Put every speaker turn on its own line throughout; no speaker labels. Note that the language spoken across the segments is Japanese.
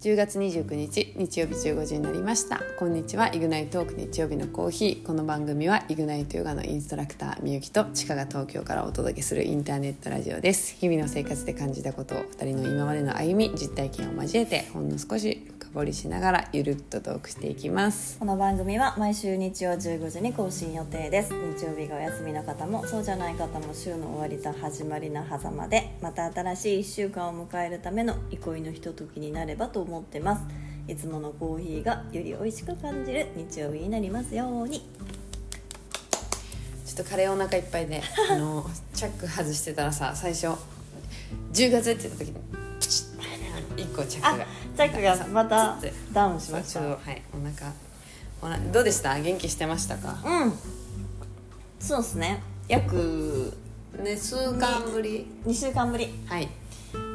10月29日日曜日15時になりましたこんにちはイグナイトーク日曜日のコーヒーこの番組はイグナイトヨガのインストラクターみゆきとちかが東京からお届けするインターネットラジオです日々の生活で感じたことを2人の今までの歩み実体験を交えてほんの少し深掘りしながらゆるっとトークしていきます
この番組は毎週日曜15時に更新予定です日曜日がお休みの方もそうじゃない方も週の終わりと始まりの狭間でまた新しい1週間を迎えるための憩いのひとときになればと思ってますいつものコーヒーがより美味しく感じる日曜日になりますように
ちょっとカレーお腹いっぱい であのチャック外してたらさ最初10月って言った時にプチッ1個チャックが。
チャックがまたダウンしまし
ち
た
ょっとはいお腹おなどうでした元気してましたか
うんそうですね約
ね数間ぶり
2週間ぶり
はい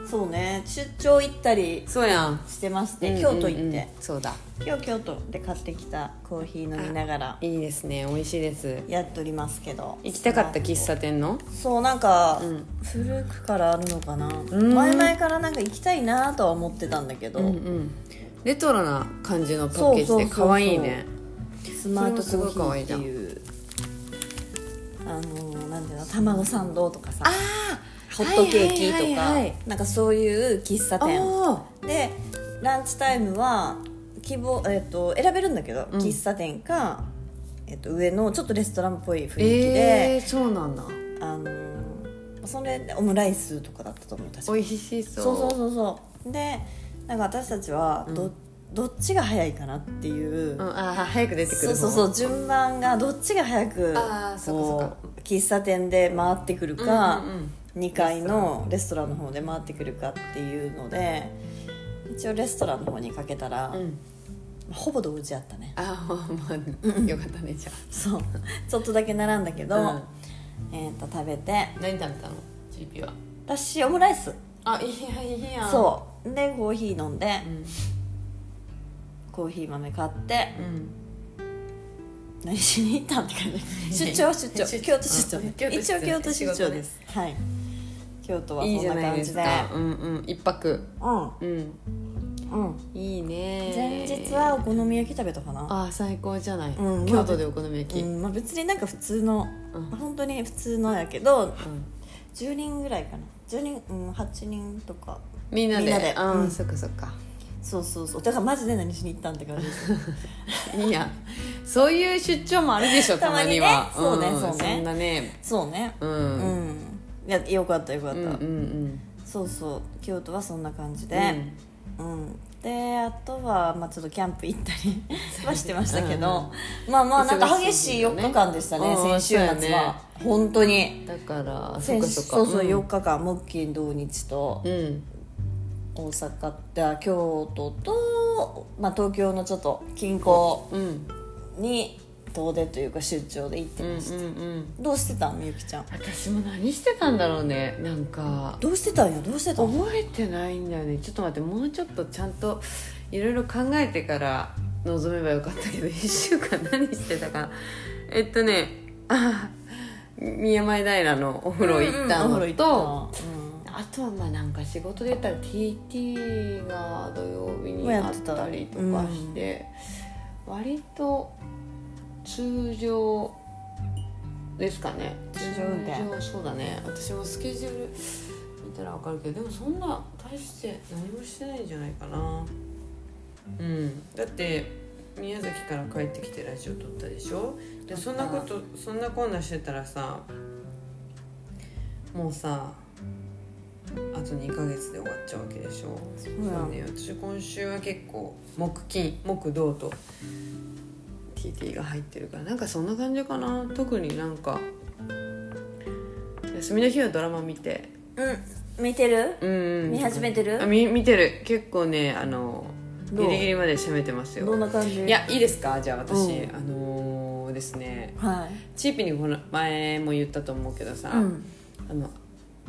そうね出張行ったり
そうやん
してまして、
うん
京都行って、
うんうんそうだ
今日京都で買ってきたコーヒー飲みながら
いいですね美味しいです
やっておりますけど
行きたかった喫茶店の
そうなんか、
うん
古くからあるのかな
うん
前々からなんか行きたいなとは思ってたんだけど、
うんうんレトロな感じのパッケージ
そう
で
そうそうそう
可愛いね
スマートコーヒーっていうあのなんていうの卵サンドとかさホットケーキと
は
か、
いはいはいはい
なんかそういう喫茶
あー
店でランチタイムは希望、えっと選べるんだけど、
うん
喫茶店か、えっと上のちょっとレストランっぽい雰囲気で、
えー、そうなんだ
あのーそれでオムライスとかだったと思う確か
美味しそう
そうそうそうそうでなんか私たちはど,、
うん
どっちが早いかなっていう、
うん、あー早く出てくる
そうそうそうう順番がどっちが早く
あーそうかそうか
こう喫茶店で回ってくる
うん
か、
うんうん
2階のレストランの方で回ってくるかっていうので一応レストランの方にかけたら、
うん、
ほぼ同時だったね
あーまあ、よかったねじゃ
そうちょっとだけ並んだけ
あ、
ど、えー、と食べて
何食べたの GP は
私オムライス
あいいやんいいやん
そうでコーヒー飲んで、
うん、
コーヒー豆買って
うん、
何しに行ったんって感じ出張出 張
出張
京都出
うん京都
張
出張
一応京都出
仕事ね
張です、はい京都はい
いじ
そ
ゃ
んな
ない
感
で
じ
す
で
かうんうん一泊
うん
うん
うん
いいね
前日はお好み焼き食べたかな、
あー最高じゃない、
うん
京都でお好み焼き、
うんまあ、別になんか普通の、
うん
まあ本当に普通のやけど
うん
10人ぐらいかな10人、うん、8人とか
みんなで
みんなで
あー
うん
そっかそっか
そうそうそうだからマジで何しに行ったんって感じです
いいやそういう出張もあるでしょたまには
たまにねそうねそうね
ん、そんなね
そうね
う
うん、
ん、
いやよかったよかった、
うんうん
そうそう京都はそんな感じで、
うん
うん、であとは、まあ、ちょっとキャンプ行ったり はしてましたけど、まあまあなんか激しい4日間でしたね
忙しいよねうんそ
先週
う
末
やね
は、本当に
だからそっ
先
か
週
そっか
そうそう、
ん
4日間木金土日と
うん
大阪って京都と、まあ、東京のちょっと近郊
うん
に遠出というか出張で行って
うん
ました、
うんうん
どうしてたんみゆきちゃん
私も何してたんだろうねなんか
どうしてたんよどうしてたん
覚えてないんだよねちょっと待ってもうちょっとちゃんといろいろ考えてから臨めばよかったけど1週間何してたかなえっとねあ宮前平のお風呂行ったのと、
うんうんお風呂行ったうん
あとはまあなんか仕事で言ったら TT が土曜日に
もうや
あ
っ
って
た
たりとかして、割と通常ですかね
通常運転
通常そうだね私もスケジュール見たら分かるけどでもそんな大して何もしてないんじゃないかなうんだって宮崎から帰ってきてラジオ撮ったでしょでそんなことそんなこんなしてたらさもうさあと2ヶ月で終わっちゃうわけでしょそう
や
ね私今週は結構木金木銅と TT が入ってるからなんかそんな感じかな特になんか休みの日はドラマ見て
うん見てる
うんうん
見始めてる
あみ見てる結構ねあの
どう
ギリギリまで締めてます
どん
よ
な感じ
いやいいですかじゃあ私、
うん
あのーですね
はい
チーピにこの前も言ったと思うけどさ、
うん
あの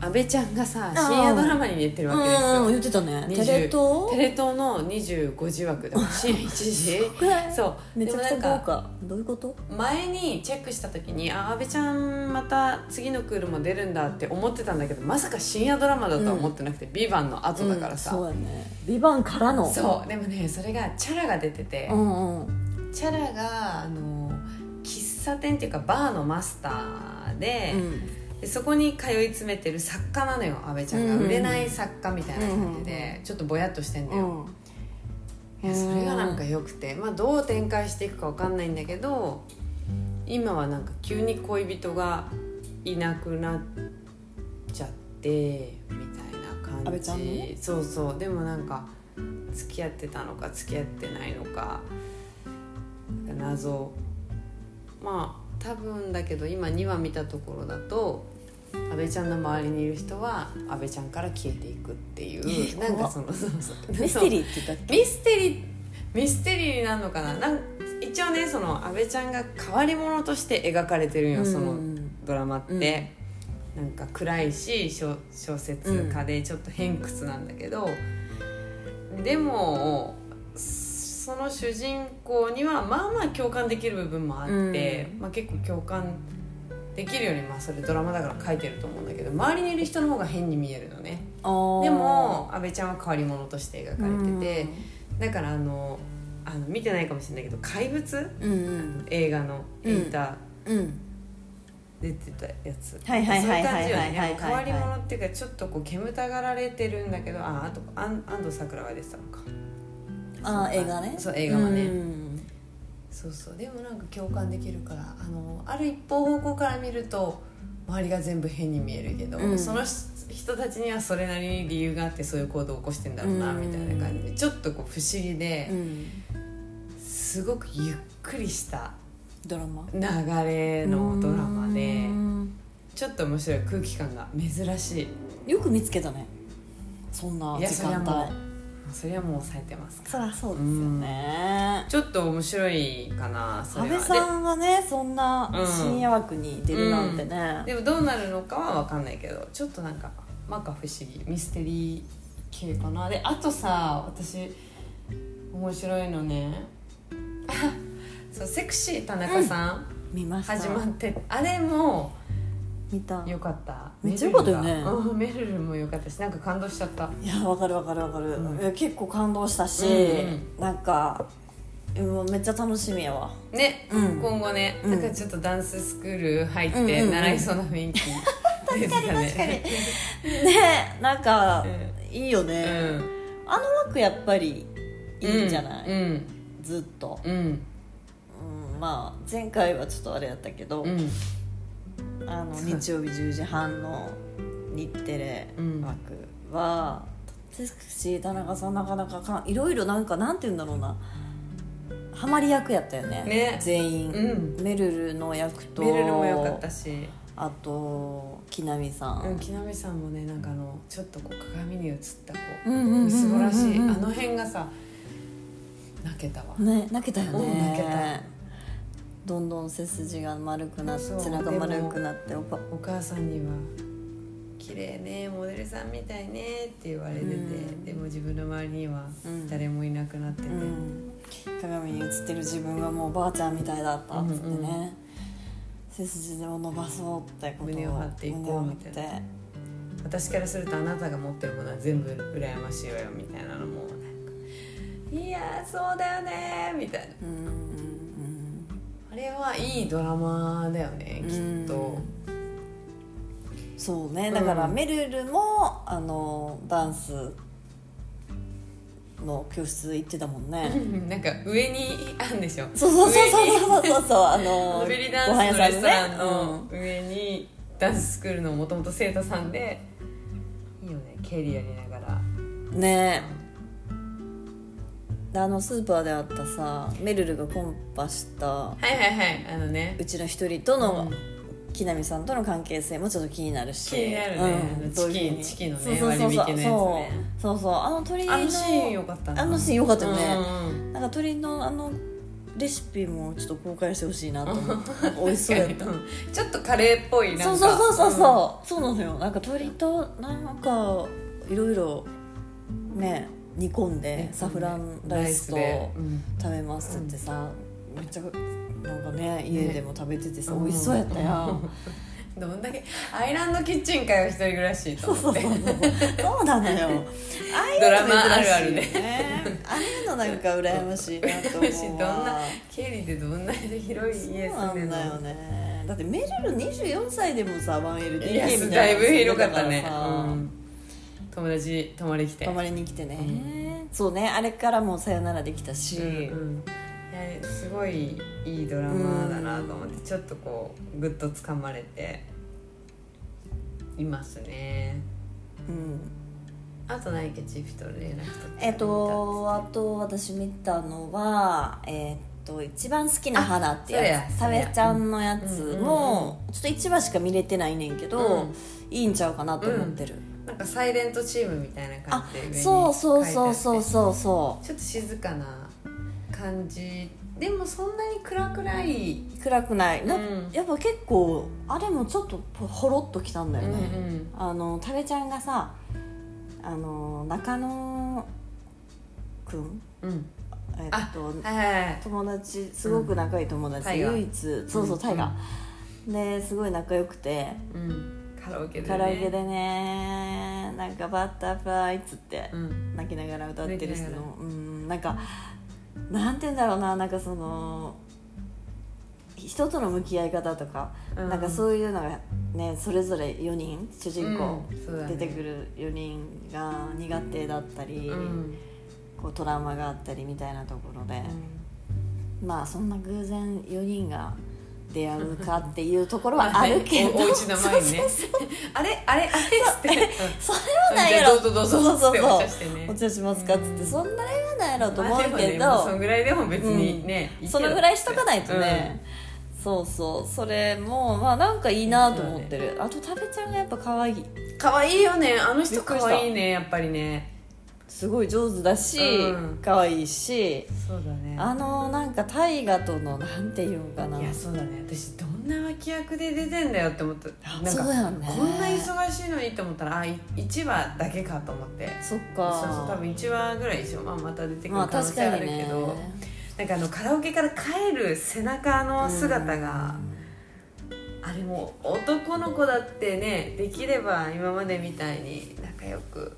安倍ちゃんがさ
あー
深夜ドラマに出てるわけです
うん
よ
うん言ってたね
20
テレ東
テレ東の25時枠で 深夜1時そう
めちゃくちゃ
でもなんか
豪華どういうこと
前にチェックした時にあ安倍ちゃんまた次のクールも出るんだって思ってたんだけどまさか深夜ドラマだとは思ってなくて「ビバンの後だからさ、
うんそうやね美版からの
そうでもねそれがチャラが出てて、
うんうん
チャラがあの喫茶店っていうかバーのマスターで,、
うん
でそこに通い詰めてる作家なのよ阿部ちゃんが、
うんうん
売れない作家みたいな感じで、ちょっとぼやっとしてんだよ、いやそれがなんか良くて、まあ、どう展開していくかわかんないんだけど今はなんか急に恋人がいなくなっちゃってみたいな感
安倍
じ
ちゃんのね
そうそうでもなんか付き合ってたのか付き合ってないのかなんか謎まあ多分だけど今2話見たところだと安倍ちゃんの周りにいる人は安倍ちゃんから消えていくってい
え
う
ー
なん
怖
か
っ
そのそうそう
ミステリーって言ったっ
ミステリミステリーなのかななん一応ねその安倍ちゃんが変わり者として描かれてるん
け
よ、その
うん
ドラマって、なんか暗いし小小説家でちょっと偏屈なんだけど、でもその主人公にはまあまあ共感できる部分もあって、まあ、結構共感できるよりまあそれドラマだから書いてると思うんだけど周りにいる人の方が変に見えるのね
あー
でも安倍ちゃんは変わり者として描かれてて。だからあのあの見てないかもしれないけど「怪物
うんうん」
映画の
うん
エンター
うん
出てたやつ、
はいはいはいはい
そうう感じよ
はいはい
ねもう変わり者っていうかちょっとこう煙たがられてるんだけどああと安安藤サクラが出てたのか
あー映画ね
そう映画はね、
うん
そうそうでもなんか共感できるからあのある一方方向から見ると周りが全部変に見えるけど、
うん
その人たちにはそれなりに理由があってそういう行動を起こしてんだろうな、
うん
みたいな感じでちょっとこう不思議で
う、ん
すごくゆっくりした
ドラマ
流れのドラマで
うん
ちょっと面白い空気感が珍しい
よく見つけたねそんない
や
時
それは
間
も
帯
うそれはもう抑えてます
そりゃそうですよね
ちょっと面白いかなそ
阿
れは
部さんがねそんな
うん
深夜枠に出るなんてね、
ででもどうなるのかは分かんないけどちょっとなんか摩訶不思議ミステリー系かなであとさ私面白いのね そうセクシー田中さん、
見ました
始まってあれも
見た
よかった
めっちゃよかったよね
めるるがうんめるるもよかったしなんか感動しちゃった
いやわかるわかるわかる、
うん
いや結構感動したし、
うん
なんかもうめっちゃ楽しみやわ
ね、
うん
今後ね、
うん
だからちょっとダンススクール入っ
うんうん
て
うん
習いそうな雰囲気出てたね
ねなんか、
う
いいよ
う
ね、
ん
あの枠やっぱりいいんじゃない、
うん
ずっと、
うん
うん、まあ前回はちょっとあれやったけど、
うん
あの日曜日10時半の日テレ枠は、セクシー田中さんなかなかかんいろいろなんかなんて言うんだろうなハマり役やったよね
ね
全員、
うん
めるるの役と
めるるもよかったし、
あと木南さ
うんん、、木南さんもねなんかあのちょっとこう鏡に映ったこ
うんうんうんうんう
うん素晴らしいあの辺がさ泣けたわ、
ね泣けたよね、
うん泣けた
どんどん背筋が丸くなって
そう
背中丸くなっておば
お母さんには「綺麗ねモデルさんみたいね」って言われてて、
うん
でも自分の周りには
うん
誰もいなくなってて、
うん、鏡に映ってる自分がもうばあちゃんみたいだったっつってね、
うんう
背筋を伸ばそうってことを
胸を張っていこう
胸を張っ
みたい私からするとあなたが持ってるものは全部羨ましいわよみたいなのもなんか「いやーそうだよね」みたいな
うんうん
あれはいいドラマだよね
う
き
ん
っと
うんそうねだから
うん
めるるもあのダンスの教室行ってたもんね、
なんか上にあんでしょ
そうそうそう
上に
そうそうそうそうあの
ノベリダンスのレストランの上にダンススクールのもともと生徒さんでいいよね経理やりながら
うんねであのスーパーであったさめるるがコンパした
はいはいはいあのね
うちの一人と
う
の
ん
木南さんとの関係性もちょっと気になるし
気になるねあの
どういうふうに
チキンチキンのね
そうそうそうそう
割引のやつね
そうそうそうあの鳥の
あのシーンよかったな
あのシーンよかったよね
うんうん
なんか鳥のあのレシピもちょっと公開してほしいなと思って美味し そうやった
んちょっとカレーっぽいなんか
そうそうそうそうそう、そうなのよなんか鶏となんかいろいろね煮込んで
ね
サフランライスと
でうん
食べますってさ、めっちゃなんかね家でも食べててさ、
うん
美味しそうやったやん、
どんだけアイランドキッチンかよ一人暮らしと
そう
思
そ
っ
うそう
て
そうそうなのよああいうの
ドラマあるあるね
珍しいねああいうのなんか羨ましいなと
しど
思
ん
う
な
わ
経理でどんな広い家
そう
住
な
んでんの
んだよねだってメルル24歳でもさ 1LDK みた
いや
いなの
だいぶ広かった
住んで
ね
たらさ
うん友達泊まり来て
泊まりに来てね、
うん
そうねあれからもうさよならできたし、
うんいやすごいいいドラマだなと思って、ちょっとこうグッとつかまれていますね
うん
あと何かチフと連絡取って
えっとあと私見たのはえっと一番好きな花ってやつ
あそ
サ
れや
ベちゃんのやつも、ちょっと1話しか見れてないねんけど、
うん
いいんちゃうかなと思ってる、
なんかサイレントチームみたいな感
あ
じで上に
そうそうそ
書
うそ
いうて
そうそ
あってちょっと静かな感じでもそんなに暗くないう
暗くないな、
うん
やっぱ結構あれもちょっとほろっときたんだよね、あのタベちゃんがさあの中野くん
うんうん
えっ
あ
と
はいはいはい
友達すごく仲いい友
タ
達、
イガ
唯一そうそうタイガ、ですごい仲良くて
うんカラオケでね
カラオケでねなんか「バッターフライ」っつって
うん
泣きながら歌ってる人
泣きなが
のうんなんかなんて言うんだろうななんかその人との向き合い方とか、
うん
なんかそういうのがねそれぞれ4人主人公、
うんそうだね
出てくる4人が苦手だったり、
うん
こうトラウマがあったりみたいなところで、まあそんな偶然4人が出会うかっていうところはあるけど
おお家の前にねあれあれあれっつって
それはないやろ
どうぞどうぞっつ
そ
っ
う
て
そう
お
そう
茶してね
お茶しますかっつって、
うん
そんなれはないやろと思う
まあで
け
もね
ど、
もうそのぐらいでも別にね、いいけど
そのぐらいしとかないとね、そうそうそれもまあなんかいいなと思ってる、あと食べちゃんがやっぱ可愛い
うん可愛いよねあの人
びっくり
可
した
愛いねやっぱりね
すごい上手だし、
うん
可愛いし
そうだね
あのなんか大河とのなんていうんかない
やそうだね私どんな脇役で出てんだよって思ったなん
そう
か
やんね
こんな忙しいのにって思ったらあ1話だけかと思って
そっ
そう
か
そう多分1話ぐらいでしょ、まあ、また出てく
ま
る
あ
可能
確
性あ
か
る
に
け
ね
ど、なんかあのカラオケから帰る背中の姿が、あれも男の子だってねできれば今までみたいに仲良く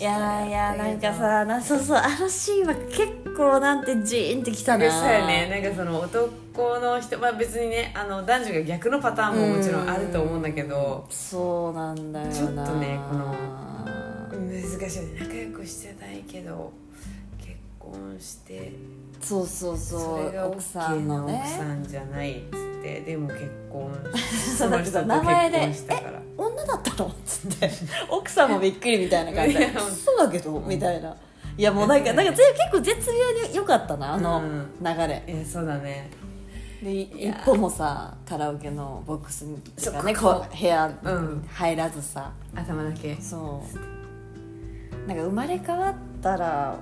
いやーいやーなんかさなそうそうあのシーンは結構なんてジーンってきた
う
な
るさいねなんかその男の人まあ別にねあの男女が逆のパターンももちろんあると思うんだけど
そうなんだよな
ちょっとねこの難しいよね仲良くしてないけど結婚して
そうそうそう
それが
奥
OK
さんの
な
ね
奥さんじゃないっつってでも結婚
そうだって
その人
さ
と
名前で
結婚したから
女だったのっつって奥さんもびっくりみたいな感じ
い
で
やほんと
そうだけどみたいないやもうなんかなんかぜ結構絶妙に良かったなあ
う
の
ん
流れ、
えそうだね
でい
や
一歩もさカラオケのボックスにとかね
そっか
こう部屋に
うん
入らずさ、
頭だけ
そうなんか生まれ変わったら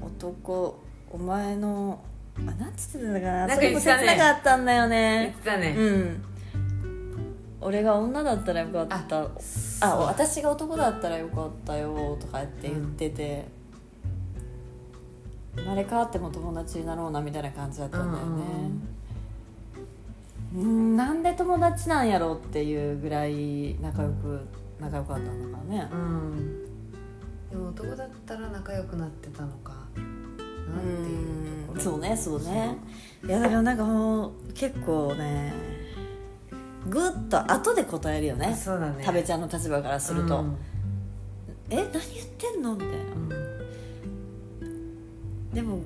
男お前のあなんつってたのか
な
な
んか
それ
言
も
ってたね
切なかったんだよ
言っ
ね
てたね、
うん俺が女だったらよかったあ
そう
私が男だったらよかったよとかって言ってて、生まれ変わっても友達になろうなみたいな感じだったんだよねうんなんで友達なんやろうっていうぐらい仲良く仲良かったんだからね
うんでも男だったら仲良くなってたのかなっていうところ
そうねそうねいやだからなんかもう結構ねグッと後で答えるよね
そうだね
食べちゃんの立場からすると、
うん
え何言ってんのみたいな
うん
でも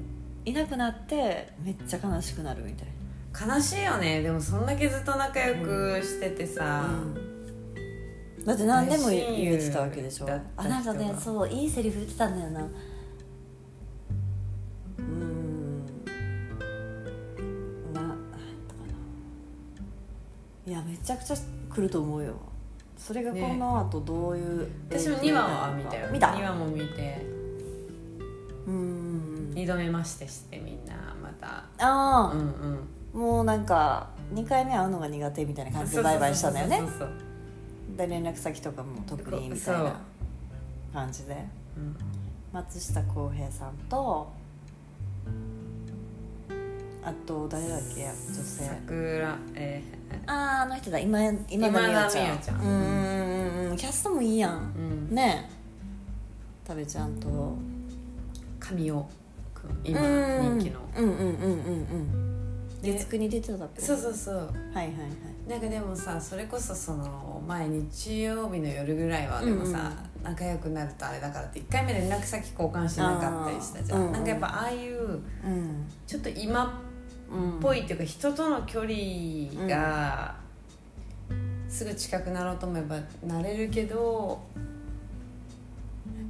いなくなってめっちゃ悲しくなるみたい
悲しいよねでもそんだけずっと仲良くしてて
な、
さ、
だって何でも言言えてたわけでしょ
大親友だった
あ
人が
なんかねそういいセリフ言ってたんだよなうーんななんだったかないやめちゃくちゃ来ると思うよそれがこの後どういう、
私も2話は見たよ
見た
2話も見て
うーん
2度目ましてしてみんなまったう
ああ、
んうん
もうなんか2回目会うのが苦手みたいな感じでバイバイしたんだよね
そうそうそう
で連絡先とかも特にみたい
そう
な感じ
そ
で
ううん
松下洸平さんとあと誰だっけ女性
桜え
あああの人だ今今田美桜ち
今
ゃん
田美桜ちゃん
うんうんうんうんキャストもいいやん
ー、うん
ねえ食べちゃんと
神尾くん今
うん
人気の
うんうんうんうんうん
で
月9に出てたっけ
そうそうそう
はいはいはい
なんかでもさそれこそその前日曜日の夜ぐらいはでもさ、仲良くなるとあれだからって1回目連絡先交換しなかったりしたじゃん、
あーうんうん
なんかやっぱああいう
うん
ちょっと今
うん
っぽいっていうか人との距離がすぐ近くなろうと思えばなれるけど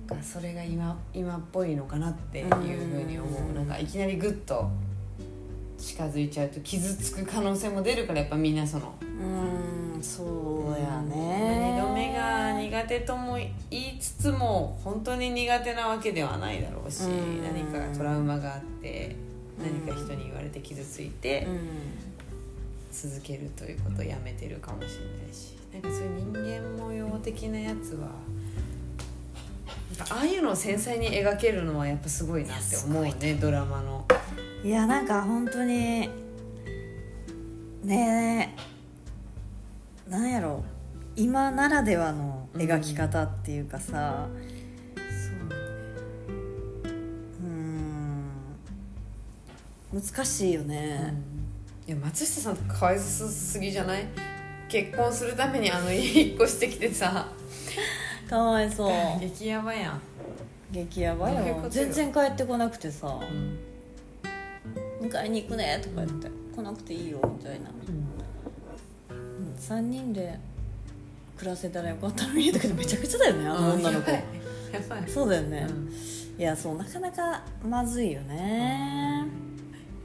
なんかそれが今今っぽいのかなっていうふうに思う、
うん
なんかいきなりグッと近づいちゃうと傷つく可能性も出るからやっぱみんなその。
うんそうやね
二度目が苦手とも言いつつも本当に苦手なわけではないだろうし、
うん
何かトラウマがあって
うん
何か人に言われて傷ついて続けるということをやめてるかもしれないしなんかそういう人間模様的なやつはなんかああいうのを繊細に描けるのはやっぱすごいなって思うねドラマの。
うんいやなんか本当にねえなんやろ今ならではの描き方っていうかさうん難しいよね、
いや松下さんとかわいそうすぎじゃない結婚するためにあの家引っ越してきてさ
かわいそう
激ヤバやん、
激ヤバい
どういうこ
よ
とよ
全然帰ってこなくてさ「迎えに行くね」とか言って「来なくていいよ」みたいな、うん、3人で暮らせたらよかったのにとかめちゃくちゃだよねあの女の子
やばいやばい
そうだよね、
うん
いやそうなかなかまずいよね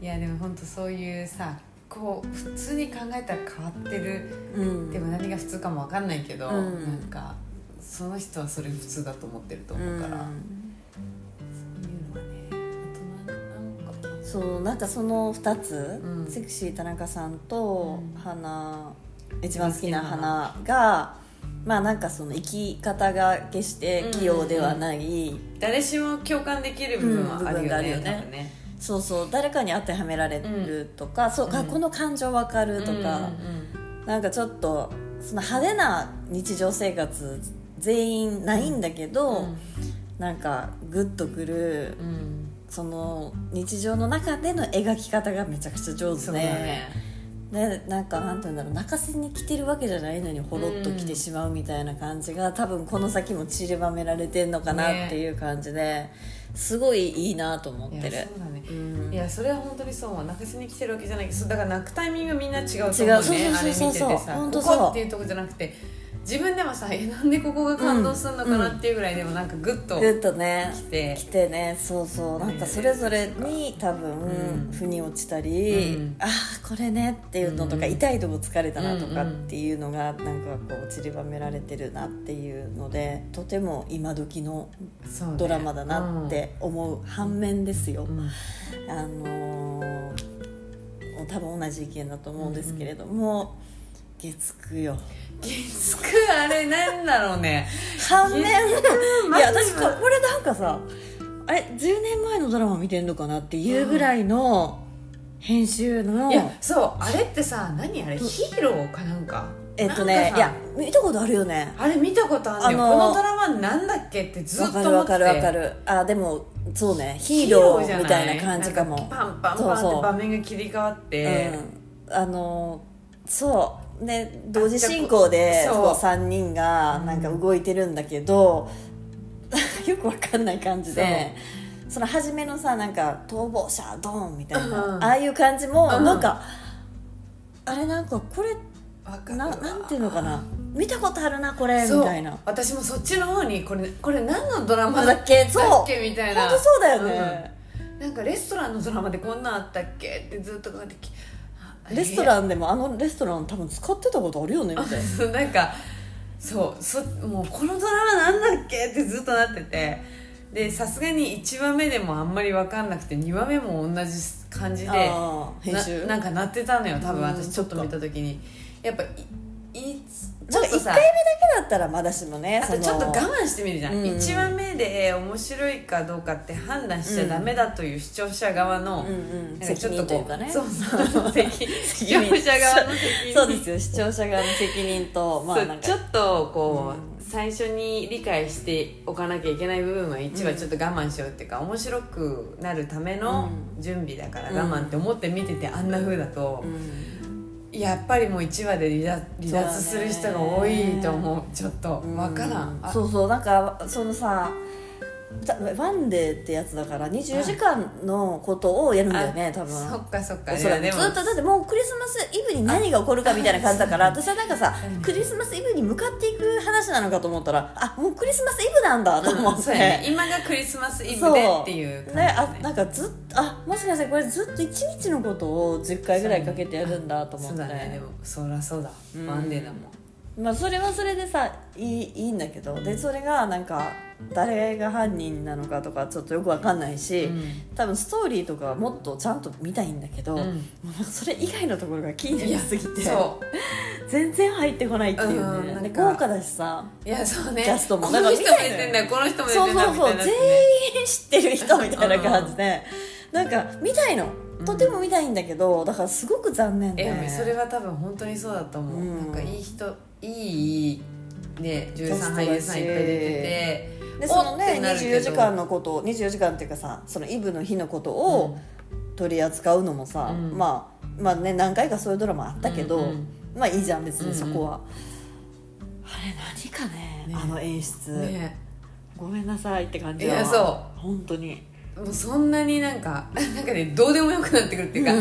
いやでも本当そういうさこう普通に考えたら変わってる
うん
でも何が普通かもわかんないけど、
うん
なんかその人はそれ普通だと思ってると思うから、そういうのはね大人なのかな
そうなんかその2つ、
うん
セクシー田中さんと
うん
花、一番好きな花がまあなんかその生き方が決して器用ではない、
誰しも共感できる部分はある
うん部分が
よ
ある
ね,、多
よね
分ね
そうそう誰かに当てはめられるとか、そうか、
うん
この感情わかるとか、なんかちょっとその派手な日常生活全員ないんだけど、なんかグッとくる
うんうんうん
その日常の中での描き方がめちゃくちゃ上手
そ
で、
うだね
ね、なんかなんて言うんだろう泣かせに来てるわけじゃないのにほろっと来てしまうみたいな感じが、多分この先も散りばめられてんのかなっていう感じで、すごいいいなと思っ
いや
てる
そうだね
うん
いやそれは本当にそう泣かせに来てるわけじゃないけどそうだから泣くタイミングみんな違うと思う
違
ね
うそうそうそうそう
あれ見ててさ
本当
こ
そう
こっていうとこじゃなくて自分でもさえなんでここが感動するのかなっていうぐらいでもなんかグッと
グッとね
来て
来てねそうそうなんかそれぞれに多分
うん
腑に落ちたり、
うん
ああこれねっていうのとか、
うん
痛いとこ疲れたなとか
う
っ
んうん
ていうのがなんかこう散りばめられてるなっていうのでとても今時の
そうね
ドラマだなっ、て思う反面ですよ、
うんうん
あのー多分同じ意見だと思うんですけれども、月9よ
月9あれなんだろうね
反面い
マジ
や私ここれなんかさあれ10年前のドラマ見てんのかなっていうぐらいの編集の、
いやそうあれってさ何あれヒーローかなんか
えっとね
なんかさ
いや見たことあるよね
あれ見たことあるのよ
あの
このドラマなんだっけってずっ
わ
と
か
思って
るわかるわか
る
るあでもそうねヒーローみたいな感じかも
パンパン
そう
パンっ
そ
て
う
場面が切り替わって、
うん、あのそうね同時進行で
あそう
そう3人がなんか動いてるんだけど、 よくわかんない感じで。その初めのさなんか逃亡者ドーンみたいな、
うんうん
ああいう感じも、
うん
なんかあれなんかこれ
わかる
な
わ
なんていうのかな見たことあるなこれみ
そう
たいな
私もそっちの方にこれこれ何のドラマ
ま
だ
だ
っ
っけ
け
そう
だっ
本
けみたいな
当そうだよね、
うんなんかレストランのドラマでこんなんあったっけってずっと考えてきあ
レストランでもあのレストラン多分使ってたことあるよねみたいな
えーなんかそうそもうこのドラマなんだっけってずっとなっててでさすがに1話目でもあんまり分かんなくて2話目も同じ感じでな
あー編集
なんかなってたのよ多分
うん
私ちょっと見た時にやっぱいいち
な
ょ
ん
っ
か
と
1
さ
回目だけだったらまだしもね
あ
そ
と
の
ちょっと我慢してみるじゃん、
うんうん
1話目で面白いかどうかって判断しちゃダメだという視聴者側の、
うんうん
なんかちょっとこ
責任というかね
そうそう責任視
任
聴者側の責任
そうですよ視聴者側の責任とま
そ
あ
う
なんか
ちょっとこう、
う
最初に理解しておかなきゃいけない部分は1
う
話
ん
ちょっと我慢しようっていうか、面白くなるための準備だから
うん
我慢って思って見ててあんな風だと
う、ん
やっぱりもう1話で離脱離脱する人が多いと思うちょっと
うん
わからん、あ
そうそうなんかそのさたワンデーってやつだから24時間のことをやるんだよね多分
そっかそっか
おそらく
い
ず
や
っ
で
と
も
だってもうクリスマスイブに何が起こるかみたいな感じだから私はなんかさ
うん
クリスマスイブに向かっていく話なのかと思ったらあもうクリスマスイブなんだと思って、
そうやね今がクリスマスイブでっていう感じ、
ね、あなんかずっとあもしかしてこれずっと一日のことを10回ぐらいかけてやるんだと思って
そうだねでもそらそうだ、
うん
ワンデーだもん
まあ、それはそれでさいいいいんだけどでそれがなんか誰が犯人なのかとかちょっとよくわかんないし、多分ストーリーとかはもっとちゃんと見たいんだけど、
うん
もうなんかそれ以外のところが気にないり
や
すぎて
そう
全然入ってこないっていう
うん
ね、
なん
で
か
豪華だしさ
いやそうね
キャストも
こ
だ
の
から
人も出てんだよこの人も出
そう
てんだ
そ
よ
う
みた
そ
いうな
全員知ってる人みたいな感じで、なんか見たいの
うん
とても見たいんだけどだからすごく残念で、
えそれは多分本当にそうだと思う、
うん
なんかいい人いいね13俳優さんいっぱい出てて
でその
おっ
ね
てなるけど
24時間のことを24時間っていうかさそのイブの日のことを取り扱うのもさ、
うん
まあまあね何回かそういうドラマあったけど、
うんうん
まあいいじゃん別にそこは、あれ何かね
ね
あの演出、
ね
ごめんなさいって感じだわ
いやそう
本当に
もうそんなになんかなんかねどうでもよくなってくるっていうか、
う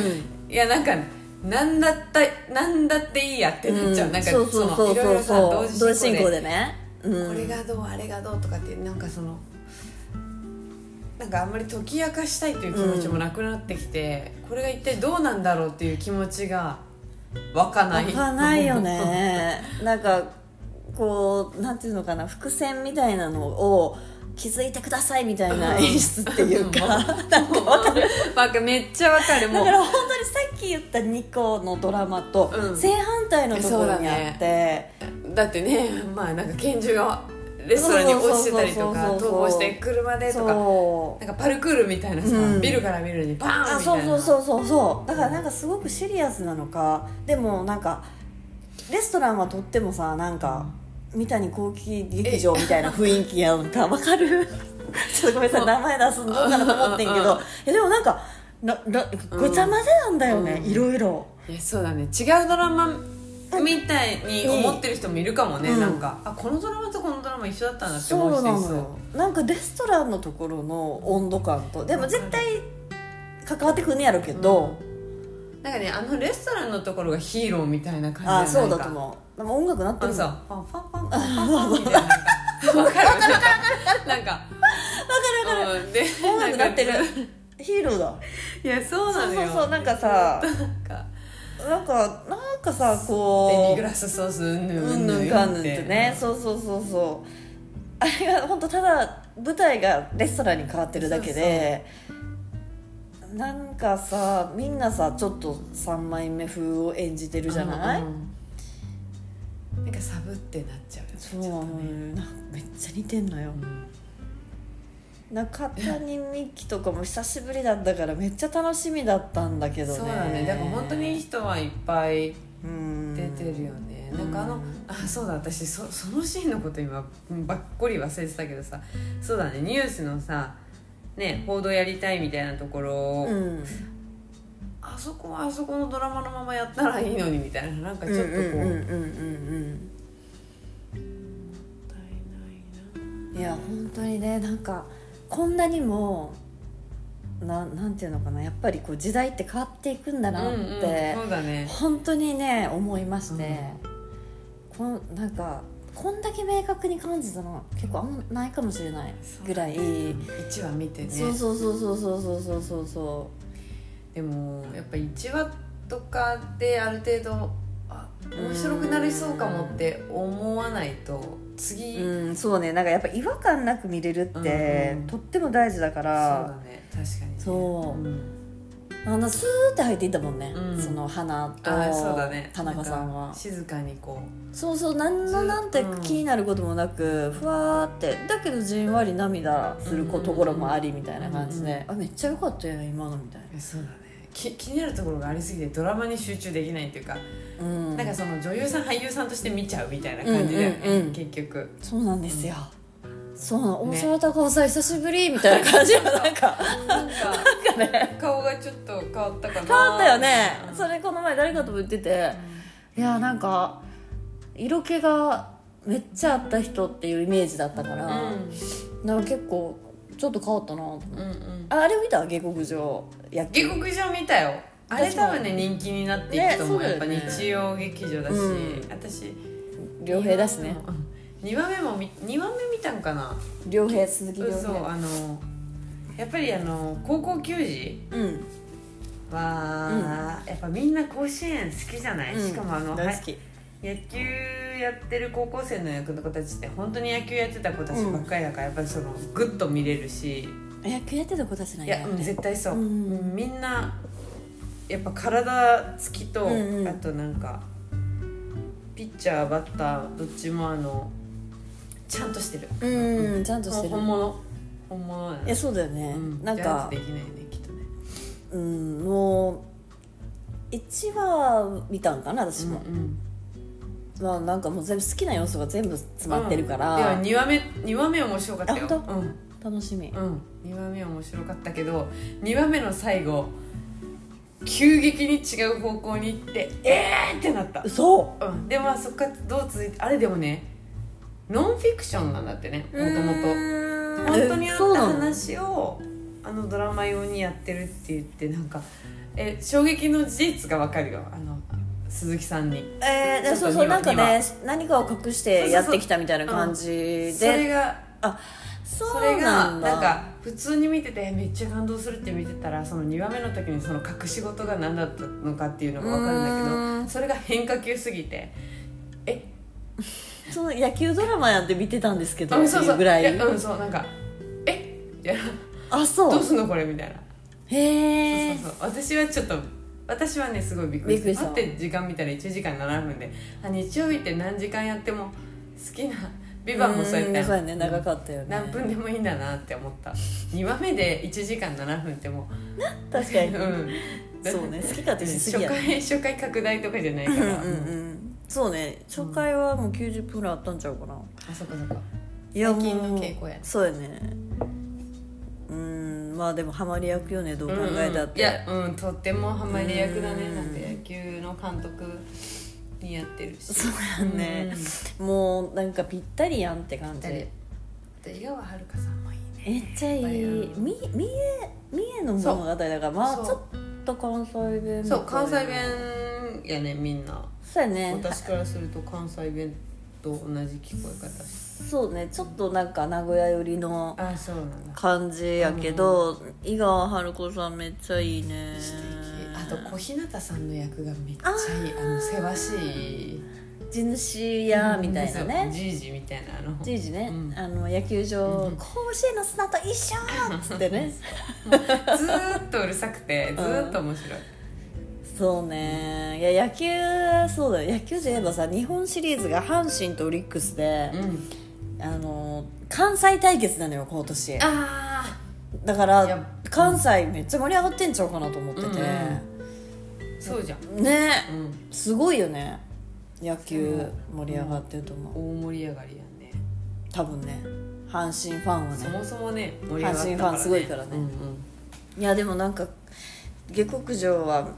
いやなんかなんだったなんだっていいやってなっちゃう、なんか
そうそう
の
そう
いろい
そう
ろさ同時
同時
進
進
行
行
で
でね、うん、
これがどうあれがどうとかってなんかそのなんかあんまり解き明かしたいという気持ちもなくなってきて、これが一体どうなんだろうっていう気持ちが湧かない
わかんないよ ねなんかこうなんていうのかな伏線みたいなのを気づいてくださいみたいな演出っていうかなんかわかる
なんかめっちゃわかるも
だ
う
から本当にさっき言った2個のドラマと
うん
正反対のところにあって、
だってねまあなんか拳銃がレストランに落ちてたりとか
そうそうそうそ
逃
う
亡して車でとか
そう
なんかパルクールみたいなさ、
うん
ビルからビルにバーン
あ
みたい
そう
な
そうそうそうそうだからなんかすごくシリアスなのかでもなんかレストランはとってもさなんか三谷幸喜劇場みたいな雰囲気やんかわ かるちょっとごめんなさい名前出すのどうかなと思ってん
うん
けどい
うんうん
やでもなんかななごちゃ混ぜなんだよね、
うん
いろいろ
いやそうだね違うドラマみたいに思ってる人もいるかもね、
うん
なんかあこのドラマとこのドラマ一緒だったんだって
そ
思う
うな
人い
の
そう
よなんかレストランのところの温度感とでも絶対関わってくんねやろうけど、
なんかねあのレストランのところがヒーローみたいな感じ
ああそうだ
な
と
んか
思うでも音楽なって
あ
る
の
もんわ
さファンファンファンファンファンファンみたいななんか分かる分かるなんか
かるわかる
うんで
音楽なってる
なんか
ヒーローだ
いやそう
そ
なの
うそ
よ
うそうなんかさ
なんか
なんかなんかさ
デミ
こ
グラスソースうんぬ
う
ん
うんぬんかんぬんってねそうそうそうそうあれが本当ただ舞台がレストランに変わってるだけでなんかさみんなさちょっと3枚目風を演じてるじゃない、
うんうんなんかサブってなっちゃうよね
そう
ちょっと
なめっちゃ似てんのよ
うん
中谷美紀とかも久しぶりだったからめっちゃ楽しみだったんだけどね
そうだねだから本当にいい人はいっぱい
うん
出てるよね、
うん
なんかあ
う
の
ん
あそうだ私そそのシーンのこと今ばっこり忘れてたけどさそうだねニュースのさね報道やりたいみたいなところを、
うん
あそこはあそこのドラマのままやったらいいのにみたいななんかちょっとこう,、
うんうんうん
もったいない
うんうんいや本当にねなんかこんなにもななんていうのかなやっぱりこう時代って変わっていくんだ
な
なって、
うんうん、そうだね
本当にね思いまして、こんなんかこんだけ明確に感じたの結構あんまないかもしれないぐらい
1話見てね
そうそうそうそうそうそうそうそうそ
でもやっぱ1話とかである程度あ面白くなりそうかもって思わないと次、そう
うんそうねなんかやっぱ違和感なく見れるって、
うん
とっても大事だから
だね確かにね
そう
うん
あんなスーって入っていったもんね、
うん
その花と
ああそうだね
田中さん
な
は
か静かにこ
そうそう何
ず
のなんて
うん
気になることもなく、ふわーってだけどじんわり涙するこ
うん
ところもありみたいな感じで、
う
あめっちゃ良かったよ今のみたいう
そうだねき気になるところがありすぎてドラマに集中できないっていうか、
な、うん、
なんかその女優さん俳優さんとして見ちゃうみたいな感じだよね、
うんうんうん
結局
そうなんですよ、そうなの
ね
大沢たかおさん久しぶりみたいな感じの なんか
なんか顔がちょっと変わったかな
変わったよね
うん
それこの前誰かとも言ってていやなんか色気がめっちゃあった人っていうイメージだったか
う
ら、
ん
なんか結構ちょっと変わったなと思って
うんうん
ああれ見た下克上野球
下克上見たよあれ多分ね人気になっていくと思う,、
ね
や
そ
っ
う
ぱ
だよね
日曜劇場だし、
うん
私
良平だしね
2話目も見2話目見たんかな
良平鈴木
そ
良
う
平
あのやっぱりあの高校球児
うん
は、やっぱみんな甲子園好きじゃない、
うん
しかもあの
大好き
野球やってる高校生の役の子たちって本当に野球やってた子たちばっかりだから、やっぱりそのグッと見れるし、
野球やってた子たちなん
い
や
やうん絶対そう、
うん
うんみんなやっぱ体つきと、
うんうん
あとなんかピッチャーバッターどっちもあのちゃんとしてる
うんちゃんとしてる
本物本物だ
い
ね
やそうだよね、
うん
なん
ジャイアン
か
ツできないよねきっとね
うんもう1話見たんかな私も、
うんうん
まあなんかもう全部好きな要素が全部詰まってるから、
うんいや2話目二話目面白かったよ
あ本当
うん
楽しみ
うん、2話目は面白かったけど2話目の最後急激に違う方向に行ってえーってなった、
嘘
うん、でまあそっからどう続いてあれでもねノンフィクションなんだってねもともと
と
本当にあった話をあのドラマ用にやってるって言ってなんかえ衝撃の事実がわかるよあの鈴木さんに
えー、
ちょっと
そうそう
今
なんかね何かを隠してやってきたみたいな感じで
それが
そ
それ
う
が
なんだ
なんか普通に見ててめっちゃ感動するって見てたらその2話目の時にその隠し事が何だったのかっていうのが分かる
うん
だ
ー
けど
ん
それが変化球すぎてえ
その野球ドラマやって見てたんですけど
うん
っていうぐらい
やうんそうなんかえいや
あそ
ど
う
うすんのこれみたいな、
へえ
そうそうそう私はちょっと私はねすごいびっくり
びっくりした
パって時間見たら1時間7分であ日曜日って何時間やっても好きな「ビバンもそうやったよ
やね長かったよね
何分でもいいんだなって思った2話目で1時間7分ってもう
確かに、
うん、
そうね好き勝手しすぎ
初
やね
回初回拡大とかじゃないか
うんう
ら
んうんそうね初回はもう90分ぐらいあったんちゃうかな、
あそっかそっか
いやも
最
う
近の傾向やね
そうやねうんまあでもハマり役よねどう考えたって、
いやうんとってもハマり役だね
うん
なんて野球の監督にやってるし
そうやんね、もうなんかぴったりやんって感じ
誰井川遥さんもいいね
めっちゃいいみ三重三重の物語だからまあ
そう
ちょっと関西弁
そう関西
みたいな
弁やねみんな
そうやね
私からすると関西弁と同じ聞こえ方し
そうねちょっとなんか名古屋寄りの
あそうなんだ
感じやけど、井川春子さんめっちゃいいね
素敵あと小日向さんの役がめっちゃ
あ
いい
ー
あのせわしい
地主やみたいなね
じいじみたいなあの
じいじね、
うん
あの野球場、
うん
甲子園の砂と一緒っつっ てね
ずーっとうるさくてずーっと面白い、
そうねいや野球そうだよ野球といえばさ日本シリーズが阪神とオリックスで、
うん、
あの関西対決なのよ今年
あ
だか
いや
ら関西めっちゃ盛り上がってんちゃうかなと思ってて、
ーそうじゃん、
ね
うん、
すごいよね野球
そう
盛り上がってると思う、
大盛り上がりやね
多分ね阪神ファンは
そ
ね
もそもね盛り上がったから、ね、
阪神ファンすごいからね
うん
いやでもなんか下克上は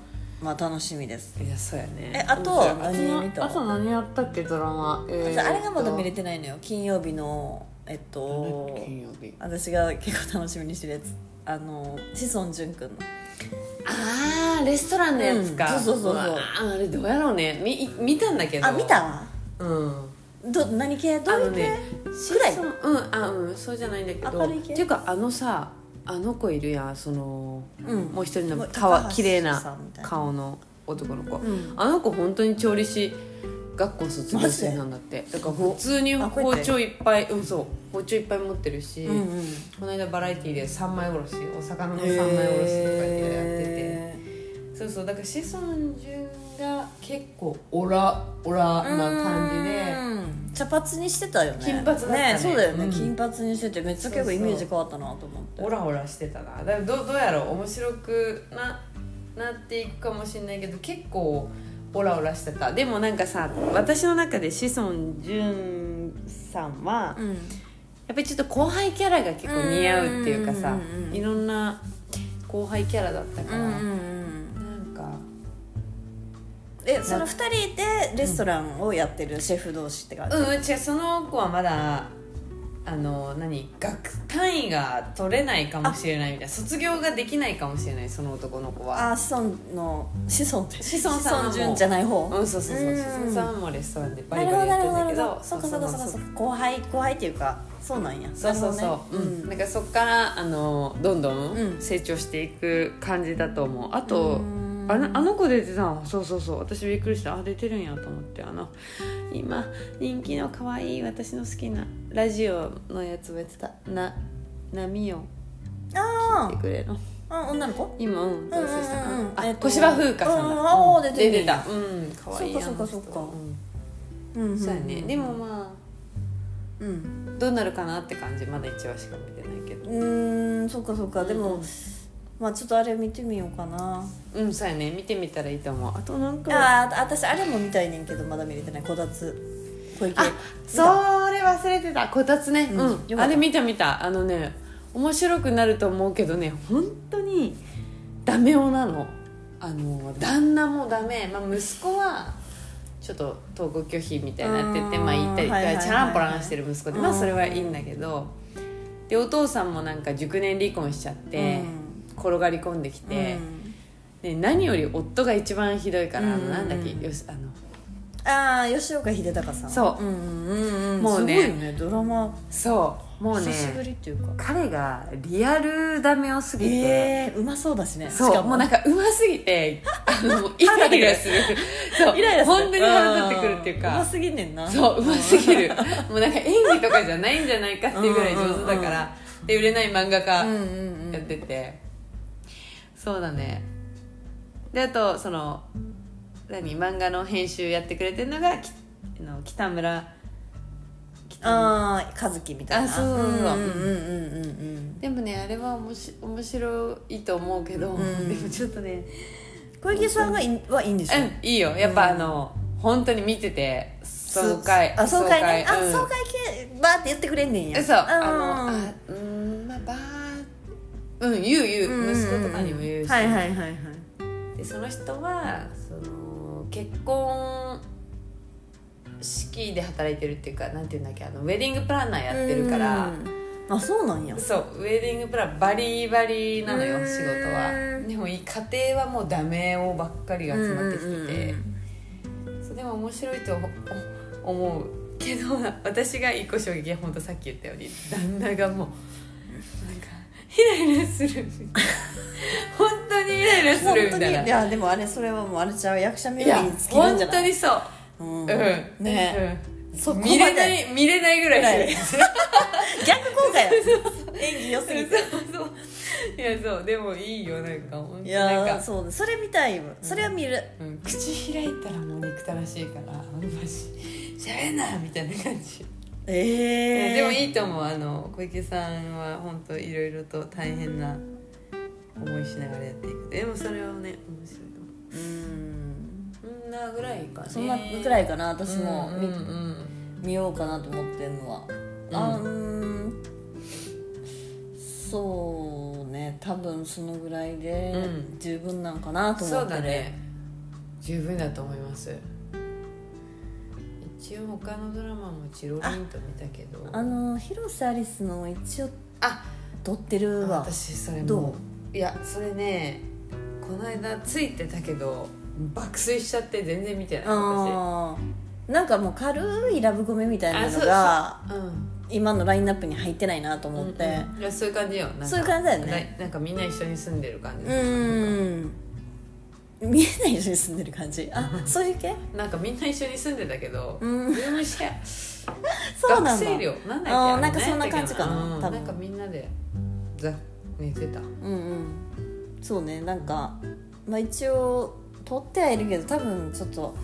まあ楽しみです
うん、いやそうやね
えあと
面白い
何見た
あとあと何やったっけドラマ、えー
あれがまだ見れてないのよ金曜日のえっと
金曜日
私が結構楽しみにしてるやつあの志尊淳君の
ああレストランのやつか、
うんそうそうそうそう
わーあれどうやろうねみ見たんだけど
あ見たわ
うん
ど何系ど
あ
うい
の
う系、
ね
くらい
そううんあうんそうじゃないんだけど
明るい
って
系
いうかあのさあの子いるやんその、
うん
もう一人
も
の
う
顔
高橋
綺麗な
さんみたいな
顔の男の子、
ん
あの子本当に調理師学校卒業生なんだってだから普通に
あこうやっ
包
て
丁いっぱいうんそう包丁いっぱい持ってるし、
うんうん
この間バラエティーで三枚おろしお魚の三枚おろしとかってやってて、そうそうだから志尊淳が結構オラオラな感じで。
うん茶髪にしてたよね
金髪だったね
そうだよね、
うん
金髪にしててめっちゃ結構イメージ変わったなと思って
オラオラしてたなだからどうどうやろう面白くななっていくかもしれないけど結構オラオラしてたでもなんかさ私の中で志尊淳さんは、やっ
ん
ぱりちょっと後輩キャラが結構似合うっていうかさ
うんうんうんうん
いろんな後輩キャラだったか
う
ら、
んうんうん
なんか
えその2人でレストランをやってるシェフ同士って感じ、
うんうん違うその子はまだあの何学単位が取れないかもしれないみたいな卒業ができないかもしれないその男の子は
あ子孫の子孫って
子孫さんはもう
純じゃない方、
うん、そうそうそう、
うん
シソンさんもレストランでバ
な
リ
る
バ
ほど
リ
な
やっ
る
てんだけ
ほどなるほ
ど
どそうかそうかそうかそうか後輩後輩っていうかそうなんや
そうそうそう、
なるほどね
うん、なんかそっからあのどんど
うん
ん成長していく感じだと思うあ
う
と
ん
あのあの子出てたのそうそうそう私びっくりしたあ出てるんやと思ってあの今人気の可愛い私の好きなラジオのやつをやってたな波を
あ
見てくれの
ああ女の子
今うんどうでしたかな、
うんうんうん
あ
えっと
小芝風花さんだ、
うんあー出てる
出てたうん可愛い
そっかそっかそっか
あの人うん
うんんん
そうやねでもまあ
うん
どうなるかなって感じまだ1話しか見てないけど
うーんそっかそっかでも、
うん
まあちょっとあれ見てみようかな
うんそうやね見てみたらいいと思うあとなん
あ
か
あ私あれも見たいねんけどまだ見れてないこたつ小池
あそれ忘れてたこたつね
うん
うん、
よかった
あれ見た見たあのね面白くなると思うけどね本当にダメ男なのあの旦那もダメ、まあ、息子はちょっと登校拒否みたいになってて
うん
まあ言ったり
はいはいはいはい
チャランポランしてる息子でまあ
うん
それはいいんだけどでお父さんもなんか熟年離婚しちゃって、転がり込んでき
うん
て、
うん
ね、何より夫が一番ひどいから、あの
うん
なんだっけよしあの
ああ吉岡秀隆さん
そうん
うんうん
もうね
すごいよねドラマ
そうもう
久しぶ
ね
りっていうか
彼がリアルダメをすぎて、
えー、うまそうだしね
そう
しか
もうなんかうますぎてあのもうイライラするそう
イライラする
本当に腹立ってくるっていう
うま
か
すぎんねんな
そううますぎるもうなんか演技とかじゃないんじゃないかっていうぐらい上手だからで売れない漫画家、
うんうんうん
やってて、そうだねであとその何漫画の編集やってくれてるのがきあの北村
ああ和樹みたいな
あそうそうそう
うんうんうんうんうん
でもねあれはおもし面白いと思うけど、
ん
でもちょっとね
小池さんがいいはいいんでしょ
うんいいよやっぱあの、本当に見てて爽快
あ爽快ねあ
うん
爽快系バーって言ってくれんねんや
そうあ
あ
のあ
ー
うんまあばーうん言う言う、
うんうんうん
息子とかにも言うし、
はいはいはいはい
でその人はその結婚式で働いてるっていうかなんていうんだっけあのウェディングプランナーやってるから
うんあそうなんや
そうウェディングプランバリバリなのよ
うん
仕事はでも家庭はもうダメをばっかりが集まってきてて、そうでも面白いと思思うけど私が一個衝撃は本当さっき言ったように旦那がもうなんかイライラするみたいな本当にイライラす
本
るみた
当に
いない
やでもあれそれはもうあれちゃう役者名
いや
義につきるん
本
じゃ
当
ない
にそう、
本
うん
うんね、
うん
そこまで
見れない見れないぐらい する
逆効 果や演技良すぎて
そうそういやそうでもいいよなんか本当
い
なん
やー
か、
そうそれ見たいわそれは見る
うん、口開いたらもう憎たらしいからあんまし喋んなみたいな感じ、
ええ
でもい
い
いと思うあの小池さんは本当いろいろと大変な思いしながらやっていくでもそれはね面白いと思う
うん
そんなぐらいかね
そんなくらいかな私も
うんう
見,、
んうん
見ようかなと思ってんのは
ん
あうーんそうね多分そのぐらいで
う
十分なんかなと思
そう
って
だ
る、
ね十分だと思います一応他のドラマもチロリンと見たけど
あの広瀬アリスの一応
あ
撮ってるわ
私それ
ど
もいやそれねこの間ついてたけど爆睡しちゃって全然見てない私
あーなんかもう軽いラブコメみたいなのが
あそうそううん
今のラインナップに入ってないなと思って
うんうんいやそういう感じよなんか
そういう感じだよね
ななんかみんな一緒に住んでる感じ
うんん見えない一緒に住んでる感じあそういう系
なんかみんな一緒に住んでたけど、
うん
ルーム シェア
そうなんだ
学生寮なんだっけ
あー
あれ
なんかそんな感じかな
うん
多分
なんかみんなでざ寝てた
うんうんそうねなんかまあ一応取ってはいるけど多分ちょっと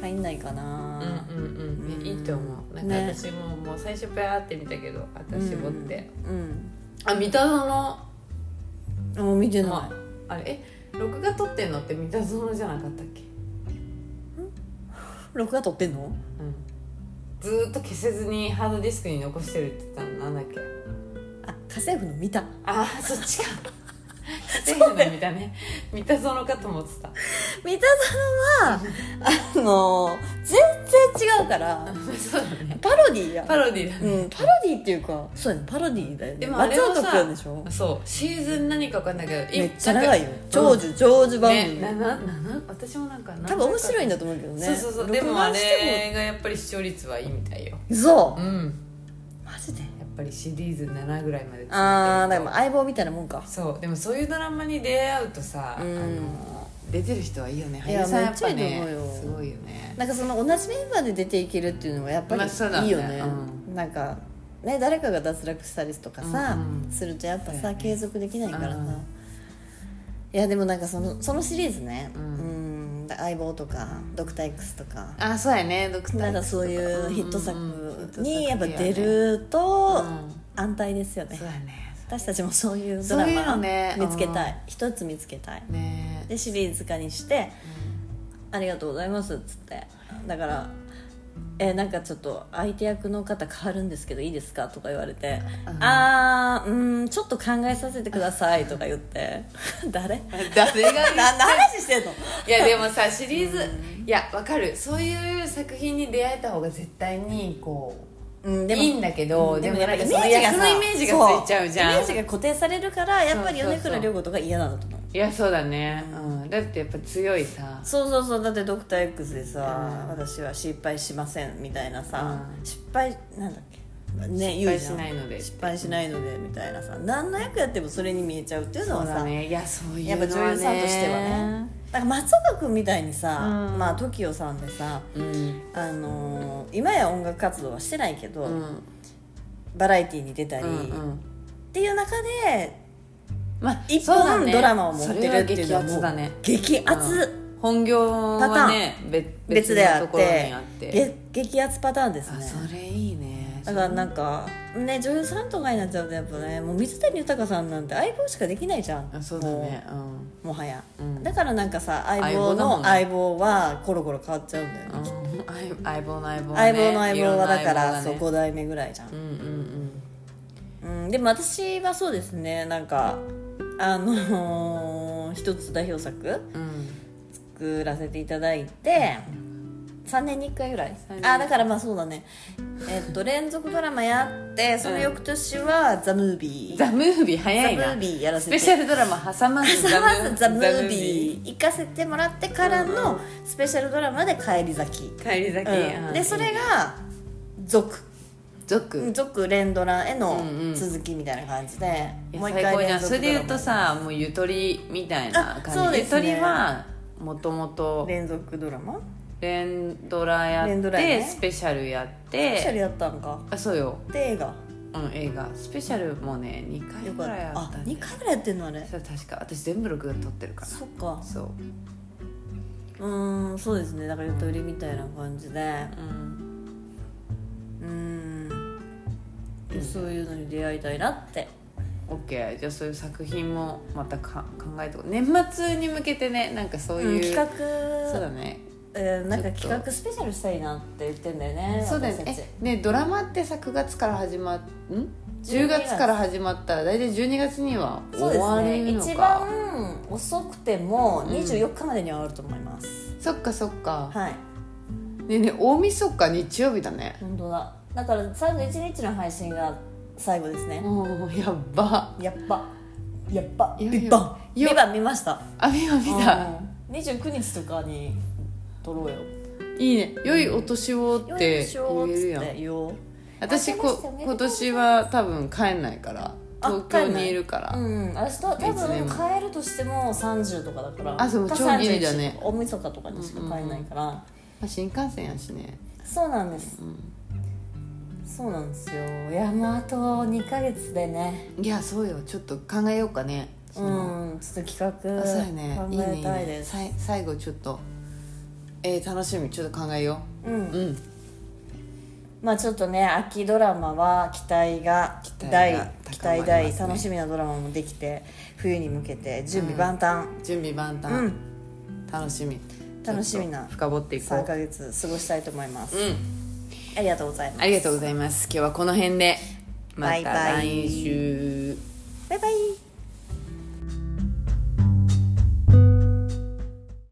入んないかな、
うんうんうん、
うん
いいと思うなんか
ね
私も,、もう最初ペアーって見たけど私絞って、
うん、
あ三田園
うん、もう見てない、
まあれえ録画撮ってんのって三田園じゃなかったっけ、
録画撮ってんの
うん、ずーっと消せずにハードディスクに残してるって言ったのなんだっけ
あ家政婦の見た
あーそっ ちか家政婦の見たね三田園かと思って た
三田さんは あの全然違うから
そうだね
パロディーや
パロディだね、
うん、パロディーっていうかそうやねパロディーだよね
でもあれ
松
は
岡
さ
君でしょ
そうシーズン何か分かんないけどい
めっちゃ長いよ長寿長寿番
ね
組、
ななな私もなんか
多分面白いん
だ
だと思うけどね
そうそうそうで
録
もあ
画して
れがやっぱり視聴率はいいみたいよ
もそううんマジで
やっぱりシリーズ7ぐらいまで続いてると
ああだから相棒みたいなもんか
そうでもそういうドラマに出会うとさ、
うん
あの出てる人はいいよね
いや
俳優さんやっぱ
めっちゃいい
ね
と思うよ
すごいよね
なんかその同じメンバーで出ていけるっていうのはやっぱり
まあそうだ
い
ね
いよね,、
う
なんかね誰かが脱落したりとか
う
さ、
んうん
するとやっ
そ
ぱ
うだ
さ、
よね
継続できないからさ、
うん
いやでもなんかそのそのシリーズねう
うんん
だ相棒とかドクター X とか
あそうやねドク
なんかそういうヒット作にやっぱ出
うん
ると
そ
安泰ですよね
うやね
私たちもそういうド
そう
ラ
いうの
マ
ね
見つけたい一つ見つけたい
ね
でシリーズ化にして「ありがとうございます」っつってだから「えなんかちょっと相手役の方変わるんですけどいいですか?」とか言われて「
うん
あーうーんちょっと考えさせてください」とか言って 「誰
誰が
な何の話してんの?」
いやでもさシリーズいやわかるそういう作品に出会えた方が絶対にこ
うん、
ういいんだけどでもなんかその
イメージが
役
さ
のイメージがついちゃうじゃん
そイメージが固定されるからやっぱり
そうそう
米
そう
倉涼子とか嫌なんだと思う
いやそうだね、うん、だってやっぱ強いさ
そうそうそうだってドクター X で
う
さ、
ん
私は失敗しませんみたいなさ、
うん
失敗なんだっけね
失
言う
敗
じ
し
ゃん
ないので
失敗しないのでみたいなさ何の役やってもそれに見えちゃうっていうの
そ
は
う
さ
だねいやそうい
や
う
っぱ
のはね
女優さんとしてはねなんか松岡君みたいにさ、
うん
まあ TOKIO さんでさ
うん
あのー今や音楽活動はしてないけど、
うん
バラエティーに出たり、
うん
っ
うん
ていう中で
まあ
一
そうだ
本
ね
ドラマを持ってるっていうのは
それは激アツだね
激アツ、
本業
パタ
はね別
別であ
の
っ
ところに
て
あって
げ激アツパターンです
あ
ね
それいいね
だからなんかね女優さんとかになっちゃうとやっぱねもう水谷豊さんなんて相棒しかできないじゃん
あそうだねうん
もうもはや、
うん
だからなんかさ相
相
棒
棒だもん
の
ね
相棒はコロコロ変わっちゃうんだよね、
うん相棒の相棒ね
相棒の相
いろ
棒
ん
は
な
だから
相
そ
棒
う
ね
5代目ぐらいじゃん
う、んうん
うん、でも私はそうですねなんかあのー一つ代表作
うんうん
作らせていただいて3年に1回ぐらい
三年に一回
あだからまあそうだねえっと連続ドラマやってその翌年は「ザ・ムービー」
ザ・ムービー
ザ・
早い
ム
な
ービーやら
ス
せて
ペシャルドラマ挟まず
まずザ・ムー
ー
ビー行かせてもらってからのスペシャルドラマで「帰り咲き」
帰り咲き、
うんでそ
が
れが続
「族」
続連ドラへ
う
の
んうん
続きみたいな感じで、
いや最高じゃん
連
そ
続
れで言う
ドラ
と
マ
さもうゆとりみたいな
あそう
感じ、
で
ゆ
す
と
ね
りはもともと
連続ドラマ
連ドラや
連
っ
ド
て、
ラやね
スペシャルやっ
スペシャル
て
やったんか
あそうよ、
で映画
うん、映画スペシャルもね2回
よ
ぐ
から
い
っ
あ
たあ
ったんで
二2回ぐらいやってんのあれ
そう確か私全部録画撮ってるから
そっか
そう、
うーんそうですねだからゆとりみたいな感じで
うん、
うーんそういうのに出会いたいなって
OK じゃあそういう作品もまたか考えて年末に向けてねなんかそういう、
うん企画
そうだね
えーなんか
ちょっと
企画スペシャルしたいなって言ってんだよね
そうだよ
私たち
ねえねドラマってさ9月から始まっん10月から始まったら大体12月には終
そうです
わ
ね
るの
一
か
番遅くても24日までには終わると思います、
そっかそっか
はい
ねえねえ大晦日日曜日だね
本当だだから31日の配信が最後ですね、
もうやっば
やっぱやっぱ
い
ビ
やいや
ッバン
いや
ビバン見ました
あみは見た
うん29日とかに撮ろうよ
いいね良いお年を
よ
っ
いで
て
しょ
言えるや
つっ
ん
て言おう
私
明けましてお
こ
めでとう
今年は多分帰んないから東京にいるから、
うん、明日多
いつでも
分帰るとしても30とかだから
あそう
か
超
31
ギリだね
大晦日とかにしか帰んないから、
まあ、新幹線やしね、
そうなんです
う
そうなんですよいやもうあと2ヶ月でね
ん、いやそうよちょっと考えようかねその
うんちょっと企画
あそうやね
考
いいねい
え
い
た
ね
いです
さい最後ちょっとえー、楽しみちょっと考えよ
う
ううんん
まあちょっとね秋ドラマは期待が
期待が
大
高まりますね
期待大、楽しみなドラマもできて冬に向けて準備万端
準備万
うん、
端、楽しみ
楽しみ
ち
な
ょっと深掘っていこ
3
う
ヶ月過ごしたいと思います、
うん
ありがとうございます
ありがとうございます今日はこの辺でま
バイ
た
バイ
来週
バイバイ